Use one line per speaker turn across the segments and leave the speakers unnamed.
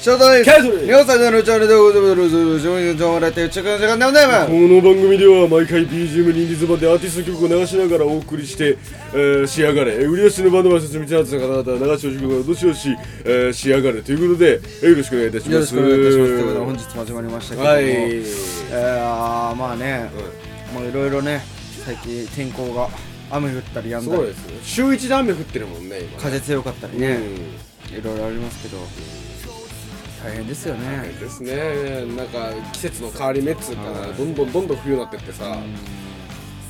ショートです
キャンセル
日本最大のチャンネルでございます上位の情報ラテチェックの時間でございま
こ
す
の番組では毎回 BGM にリズムでアーティスト曲を流しながらお送りして、えー、仕上がれえー売り出しのバンドマン説明チャートの方々流しお仕事がどしどし、えー、仕上がれということで、えーよろしくお願いいたします
よろしくお願いいたしますということで本日も始まりましたけども、
はい
えー、まあね、もういろいろね最近天候が雨降ったりやんだ
そう
り
ですね週一で雨降ってるもんね今
風強かったり
ね、う
ね、
ん
いろいろありますけど大変ですよね
ですねなんか季節の変わり目っつうかな、
はい
どんどんどんどん冬になってってさ、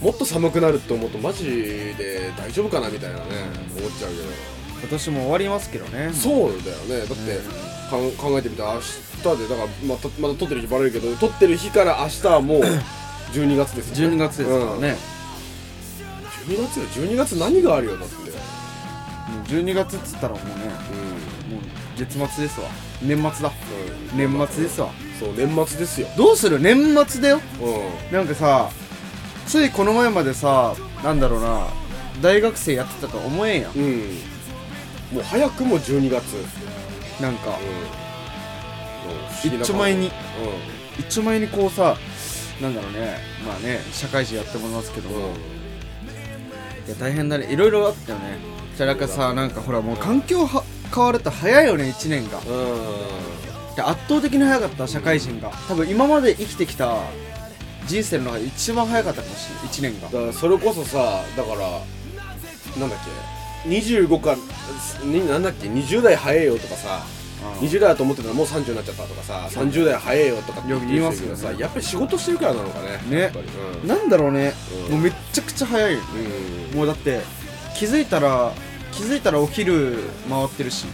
もっと寒くなるって思うとマジで大丈夫かなみたいなね、思っちゃうけど
今年も終わりますけどね
そうだよねだって、かん考えてみたら明日でだからまたまた撮ってる日バレるけど撮ってる日から明日はも う12月ですよ
12月ですからね、
うん、12月よ12月何があるよだって
もう12月っつったらもうね
う
もう月末ですわ年末だ
ん、
年末ですわ
そう年末ですよ
どうする年末だよ
う
なんかさついこの前までさなんだろうな大学生やってたとは思えんやん
んうんもう早くも12月
なんか
うん
一丁前に
う
一丁前にこうさなんだろうねまあね社会人やってもらいますけど
ん
も、
う
い
ん
や大変だねいろいろあったよねじゃあなんかさなんかほらもう環境は変わると早いよね1年が
う
で圧倒的に早かった社会人が多分今まで生きてきた人生の中で一番早かったかもしれない1年が
んだからそれこそさだからなんだっけ25かになんだっけ20代早えよとかさ
うん
20代だと思ってたらもう30になっちゃったとかさ30代早えよとかって
よく言います
け
よね
どさやっぱり仕事してるからなのかね
ね
やっぱり
なんだろうね、
うん
もうめっちゃくちゃ早いよね
うんうん
もうだって気づいたら気づいたらお昼回ってるし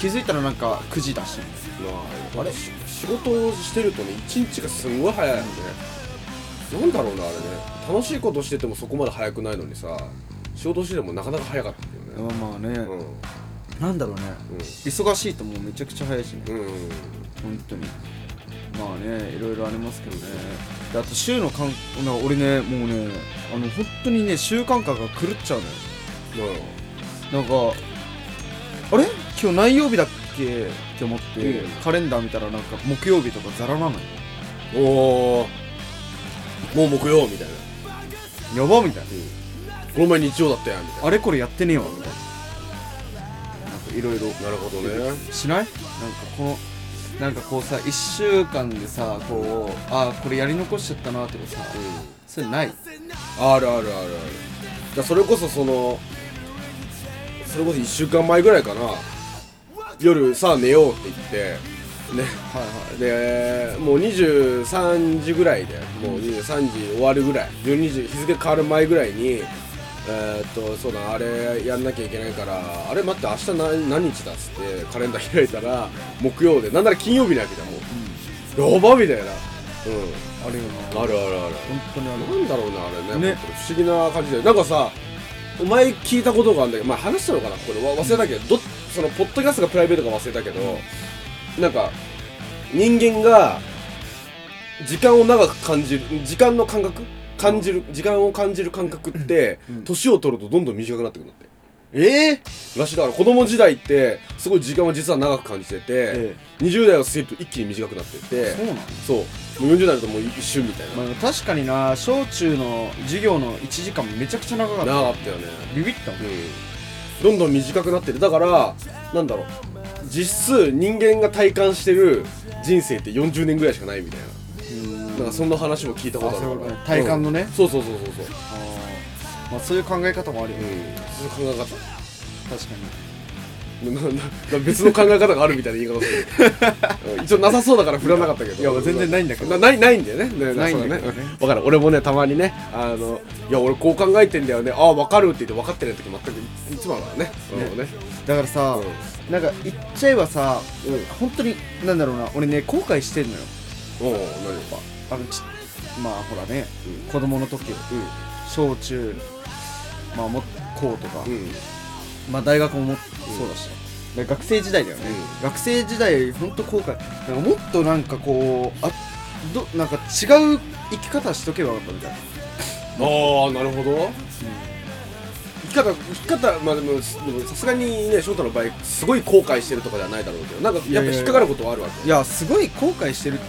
気づいたらなんか9時だし
うんまああれし仕事をしてるとね一日がすんごい早いよねなんだろうなあれね楽しいことしててもそこまで早くないのにさ仕事しててもなかなか早かったよね
まあまあね、
うん
なんだろうね
うん
忙しいともうめちゃくちゃ早いしね
うん
本当にまあねいろいろありますけどねであと週の間な俺ねもうねあの本当にね習慣化が狂っちゃうのよなんかあれ今日何曜日だっけって思って、
うん
カレンダー見たらなんか木曜日とかザラなのよ
うん、おおもう木曜みたいな、
やばみたいな
この前日曜だったやんみたい
あれこれやってねえわみたいななんかいろいろ
ななるほどね
しないなんかこのなんかこうさ1週間でさこうあーこれやり残しちゃったなとかさそれない
あるあるあるあるじゃあそれこそそのそれこそ1週間前ぐらいかな夜さあ寝ようって言ってね
はいは
でもう23時ぐらいでもう23時終わるぐらい12時日付変わる前ぐらいにえーっとそうだあれやんなきゃいけないからあれ待って明日何何日だっつってカレンダー開いたら木曜でなんなら金曜日なわけだもう、やばみたいなう
あるよ
ん
な
あるあるあ
本
る
当にある
なんだろうなあれね
ね
本当に不思議な感じでなんかさお前聞いたことがあるんだけど、まあ、話したのかなこれわ忘れたけどどそのポッドキャストがプライベートか忘れたけど、なんか人間が時間を長く感じる時間の感覚感じる時間を感じる感覚って
うん
年、を取るとどんどん短くなってくるんだって
ええ
らしいだから子供時代ってすごい時間を実は長く感じてて、
え
20代を過ぎると一気に短くなってっ
え
て
そうなの
そうもう40代だともう一瞬みたい
まあ、確かにな小中の授業の1時間めちゃくちゃ長か
な
った
長かったよね
ビビったもん
うん、どんどん短くなってるだからなんだろう実質人間が体感してる人生って40年ぐらいしかないみたいな,、なんかそんな話も聞いたことあ
あそ
る
う
か
いう
ら
ことね体感のね
うんそうそうそうそうそう、
あーまあそういう考え方もあるよ、
う
ね
ん、そういう考
確か
え方ななな別の考え方があるみたいな言い方するうん一応なさそうだから振らなかったけど
いや全然ないんだけど
なないないんだよねね
ないんだけどね
そううんわかる俺もねたまにねあのいや俺こう考えてんだよねああ分かるって言って分かってない時全くいつもあるからねうんね
にだからさ、なんか言っちゃえばさ
うんうん
本当になんだろうな俺ね後悔してんのよ
おお何か
あのちまあほらね、
う
子供の時
う
小中まあも高とか、
んうん
まあ大学ももそうだし、で学生時代だよね、学生時代本当後悔なんかもっとなんかこうあどなんか違う生き方しとけばよかったみたいな
ああなるほどき方生き方まあでもすでもさすがにね翔太の場合すごい後悔してるとかではないだろうけどなんかやっぱ引っかかることはあるわけ
いやすごい後悔してるよ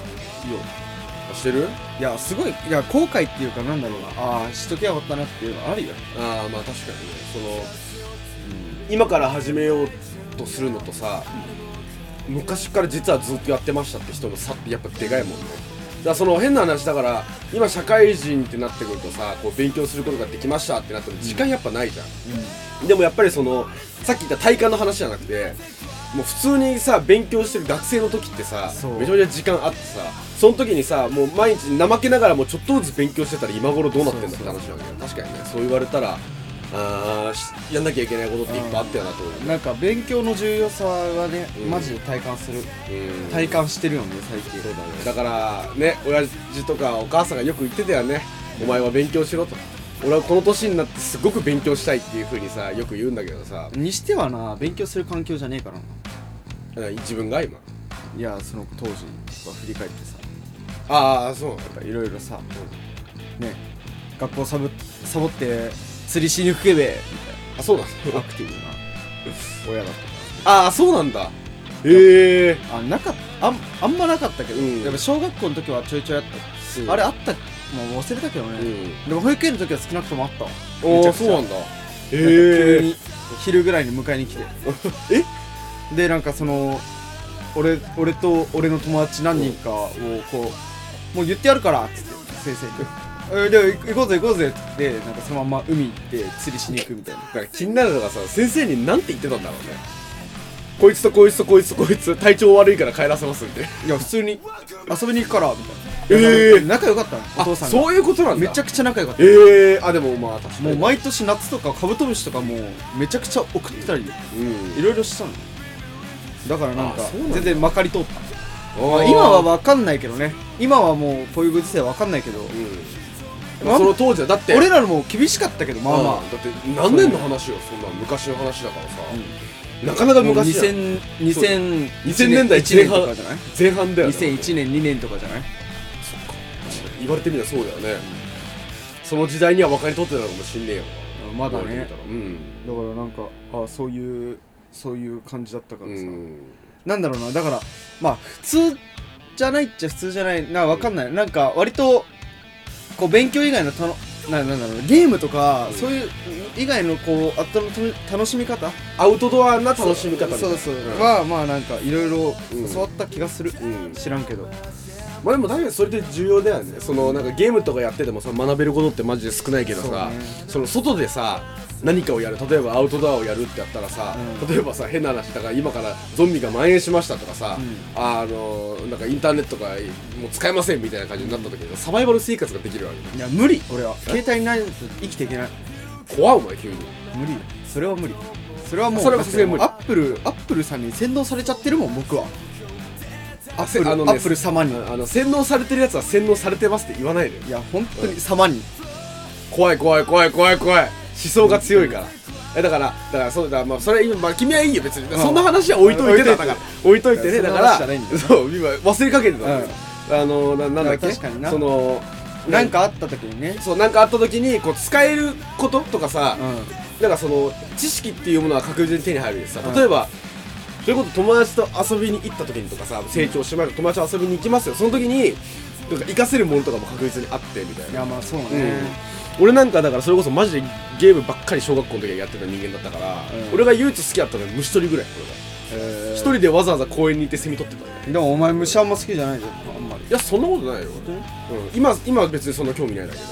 あしてる
いやすごいいや後悔っていうかなんだろうなああしときゃよかったなっていうのはあるよ
ああまあ確かにねその今から始めようとするのとさ、昔から実はずっとやってましたって人の差ってやっぱでかいもんねだからその変な話だから今社会人ってなってくるとさこう勉強することができましたってなっても時間やっぱないじゃん、でもやっぱりそのさっき言った体感の話じゃなくてもう普通にさ勉強してる学生の時ってさ
そう
めちゃめちゃ時間あってさその時にさもう毎日怠けながらもうちょっとずつ勉強してたら今頃どうなってんだって話なわけよ確かにねそう言われたらあーしやんなきゃいけないことっていっぱいあったよなと思う
なんか勉強の重要さはね、
うん
マジで体感する
うん
体感してるよね最近
そうだねだからね親父とかお母さんがよく言ってたよねお前は勉強しろと俺はこの年になってすごく勉強したいっていうふうにさよく言うんだけどさ
にしてはな勉強する環境じゃねえからな
自分が今
いやその当時は振り返ってさ
ああそうなんだ
いろいろさ、ね学校サボサボって釣りしに行くけべ
あそうなん
みたいな
だ
アクティブな親だっ
ああそうなんだええ
たあなかっあんあんまなかったけど、
うん
やっぱ小学校の時はちょいちょいあった、
うん
あれあったもう忘れたけどね、
う
でも保育園の時は少なくともあったわ
ん
めち
あ
ゃ
あ
く
そ
ち
う
ゃ
なんだ
急
え
に昼ぐらいに迎えに来て
え
でなんかその俺俺と俺の友達何人かをこうもう言ってやるからっつって先生に「えで行こうぜ行こうぜ」っつってなんかそのまま海行って釣りしに行くみたいな
だから気になるのがさ先生に何て言ってたんだろうねこいつとこいつとこいつとこいつ体調悪いから帰らせますんで
いや普通に遊びに行くからみたいな
えー
仲良かったのお父さんが
そういうことなんだ
めちゃくちゃ仲良かった
ええあでもまあ確かに
もう毎年夏とかカブトムシとかもうめちゃくちゃ送ってたり
うん
いろいろしたのだからなんか
あそうなんだ
全然まかり通ったま
ま
あ
あ
今は分かんないけどね今はもうこういうご時世分かんないけど
うんまあその当時はだって
俺らのも厳しかったけどまあまあ
うんだって何年の話よそんな昔の話だからさ、
う
なかなか
もう
昔だよ
2000 2000
2000年代
1年と
前半
かじゃない
前半だよね
2001年2年とかじゃない
言われてみればそうだよね、その時代には分かり取ってたのかもしんねえよ
まだ
言われ
ね
てみ
だからなんかあそういうそういう感じだったからさ、
うん
なんだろうなだからまあ普通じゃないっちゃ普通じゃないなわかんないなんか割とこう勉強以外のたのななんだろうなゲームとか、
うん
そういう以外のこうあったのと楽しみ方
アウトドアな楽しみ方みたいな
そうそう、
ん
はまあなんかいろいろ
うん
教わった気がする、
うん
知らんけど
まあでも確かにそれで重要だよねそのなんかゲームとかやっててもさ学べることってマジで少ないけど
そう
さ
ね
そ、の外でさ何かをやる例えばアウトドアをやるってやったらさ、
うん
例えばさ変な話だから今からゾンビが蔓延しましたとかさ、
うん
あのなんかインターネットがもう使えませんみたいな感じになった時にサバイバル生活ができるわけ
いや無理俺は携帯ないと生きていけない
怖いお前急に
無理それは無理それはもう
それはさすがに無理
だってもうアップルアップルさんに洗脳されちゃってるもん僕はアップ
せ
ル,、
あのね
アップル様に
あの洗脳されてるやつは洗脳されてますって言わないでよ
いや本当に様に
怖い怖い怖い怖い怖い思想が強いから、えだからだからそうだまあそれ今、まあ、君はいいよ別に、
ん
そんな話は置いといて
置いといて
だから置いといてね
そんな
だか
話
ら
じゃないんだよ
そう今忘れかけてたのよ、あのななんだっけ
確かにな
その
なんかあった時にね
そうなんかあった時にこう使えることとかさ、
う
なんかその知識っていうものは確実に手に入るけど
う
さ
ん
例えば、そういうこと友達と遊びに行った時にとかさ成長してもらう友達と遊びに行きますよその時になんか活かせるものとかも確実にあってみたい
んい
な
やまあそうね、
俺なんかだからそれこそマジでゲームばっかり小学校の時はやってた人間だったから、
うん
俺が唯一好きだったのは虫取りぐらい俺が
えー
一人でわざわざ公園に行ってセミ取ってたのね
でもお前虫あんま好きじゃないじゃんあんまり
いやそんなことないよ、うん、今今は別にそんな興味ないだけで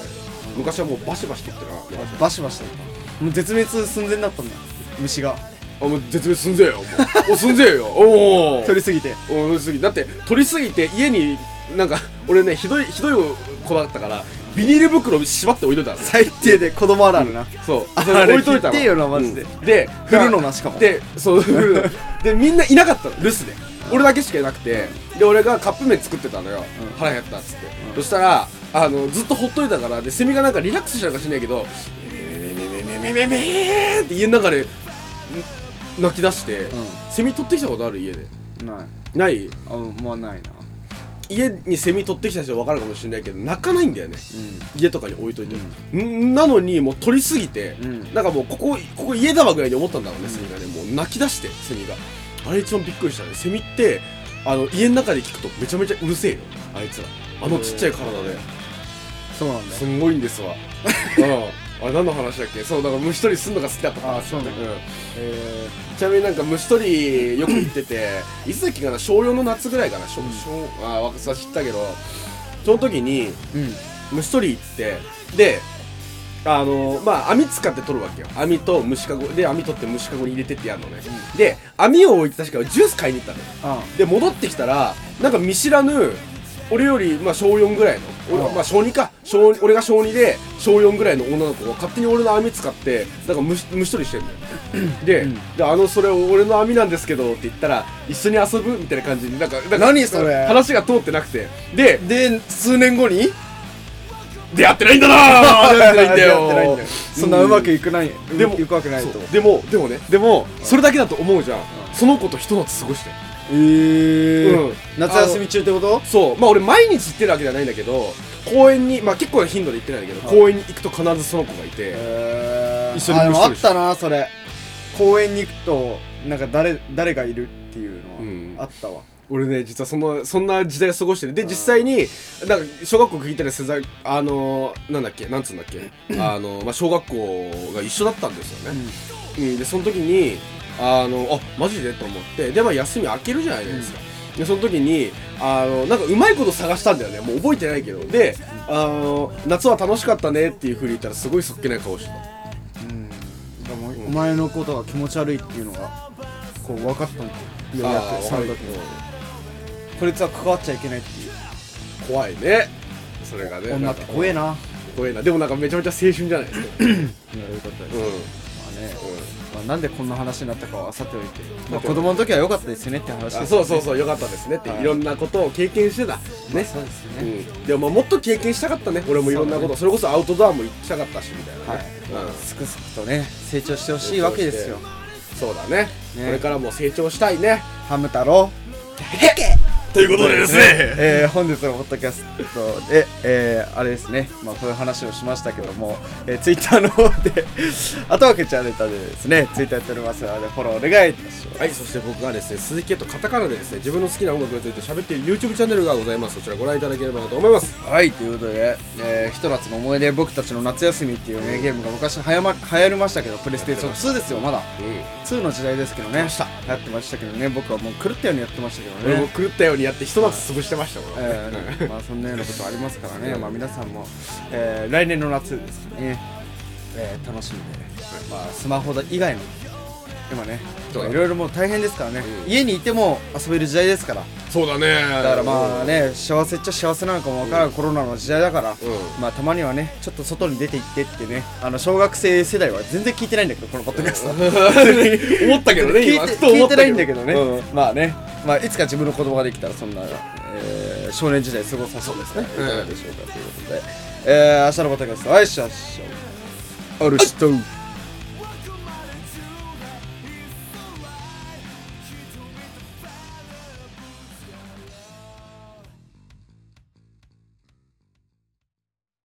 昔はもうバシバシ取ってな昔は
バシバシだったもう絶滅寸前だったんだ虫が
あもう絶滅すんぜよもうおすんぜよおお
取りすぎて
取りすぎだって取りすぎて家になんか俺ねひどいひどい子だったからビニール袋縛って置いといたのね
最低で子供あるあるな、
そう
あ
それ
れ
置いといたの
ひっでえよなマジで
うんで
振るのなしかも
でそう振るの でみんないなかったの留守で俺だけしかいなくてで俺がカップ麺作ってたのよ、
うん
腹減ったっつって、
うん
そしたらあのずっとほっといたからでセミがなんかリラックスしたのかしないけど「めめめめめめめ」って家の中でん泣き出して、
ん
セミ取ってきたことある家で
ない
ない
あもうないな
家にセミ取ってきた人は分かるかもしれないけど泣かないんだよね家とかに置いといて、んなのにもう取りすぎて、
うん
なんかもうここここ家だわぐらいに思ったんだろうね、セミがねもう泣き出してセミがあれ一番びっくりしたねセミってあの家の中で聞くとめちゃめちゃうるせえよあいつらあのちっちゃい体で
そうなんだ
すんごいんですわ うんあれ何の話だっけそうだから虫取りすんのが好きだったから
あそうなんだ
ん
え
ちなみになんか虫取りよく行ってていつだっけかな小4の夏ぐらいかな小小あ若さ知ったけどその時に
ーうん
虫取り行ってであのまあ網使って取るわけよ網と虫かごで網取って虫かごに入れてってやるのね、で網を置いて確かジュース買いに行ったのよ
あ
で戻ってきたらなんか見知らぬ俺よりまあ小4ぐらいの俺,、
うん
まあ、小2か小俺が小2で小4ぐらいの女の子が勝手に俺の網使ってなんか虫虫取 りしてんだよで,、
うん
であのそれ俺の網なんですけどって言ったら一緒に遊ぶみたいな感じでなんかなんか
何それ
話が通ってなくてで
で数年後に
出会ってないんだなー出会 ってない んだよ
やってないんだよそんなうまくいくない
でも
いくわけないと
そうでもでもねでもそれだけだと思うじゃん、その子とひと夏過ごして
えー
うん
夏休み中ってこと
そうまあ俺毎日行ってるわけじゃないんだけど公園にまあ結構な頻度で行ってないんだけど、
はい
公園に行くと必ずその子がいて、
え
一緒に
あでもあ
虫取
った
りして
なそれ公園に行くとなんか誰誰がいるっていうのは、
うん
あったわ
俺ね実はそのそんな時代を過ごしてるで実際になんか小学校聞いたらせざあのー、なんだっけなんつうんだっ けあのー、まあ、小学校が一緒だったんですよね、うん、でその時にあのあマジでと思ってでまあ休み明けるじゃないですか、でその時にあのなんかうまいこと探したんだよねもう覚えてないけどであの夏は楽しかったねっていうふうに言ったらすごいそっけない顔してた
うんでもお前のことが気持ち悪いっていうのがこう分かったんだよようや
あー
くその時にこいつは関わっちゃいけないっていう
怖いねそれがね
女って怖えな
怖えなでもなんかめちゃめちゃ青春じゃないですか
いやよかったです、
うん、
ま
う
あ
ん
ね、まあ、なんでこんな話になったかはさておいて、まあ、
だって
子供の時は良かったですよねって話ですよ
あ
ね
そうそうそうよかったですねって、
はい
い、ろんなことを経験してた
ねそうですね、
うん、でもまあもっと経験したかったね俺もいろんなことそ,、れこそアウトドアも行きたかったしみたいな、
はい
ねうん、
すくすくとね成長してほしいわけですよ
そうだね
ね
これからも成長したいね
ハム太郎
ということでですね
えー本日のポッドキャストで、えーあれですね、まあ、こういう話をしましたけども、えー、ツイッターの方で、 あとはけチャンネルでですね、ツイッターやっておりますので、フォローお願いいたします。
はいそして僕がですね鈴木家とカタカナでですね自分の好きな音楽について喋っている YouTube チャンネルがございますそちらご覧いただければなと思います
はい、ということで、えー、ひと夏の思い出、僕たちの夏休みっていうね、ゲームが昔はやま、流行りましたけど、プレイステーション2ですよ、まだ。
うん
2の時代ですけどね、やってましたけどね、僕はもう狂ったようにやってましたけど
俺
ね
も。狂ったようにやってひと夏過ごしてましたもん、
え ーまあそんなようなことありますからね、まあ、皆さんも、えー来年の夏ですね、えー楽しんで、まあ、スマホ以外の今ね
そうだ
いろいろもう大変ですからね、
うん
家にいても遊べる時代ですから
そうだね
だから まあね幸せっちゃ幸せなのかもわからんコロナの時代だから、
ん
まあたまにはねちょっと外に出て行ってってねあの小学生世代は全然聞いてないんだけどこのポッドキャス ト
思ったけどね
聞い
今
て
ふと
聞
思
い
ってた
ないんだけどね、
うん
まあね、まあ、いつか自分の子供ができたらそんな、えー少年時代過ごさそうですね、いかがでしょうかということで、えー、明日のポッドキャストお会いしましょうある人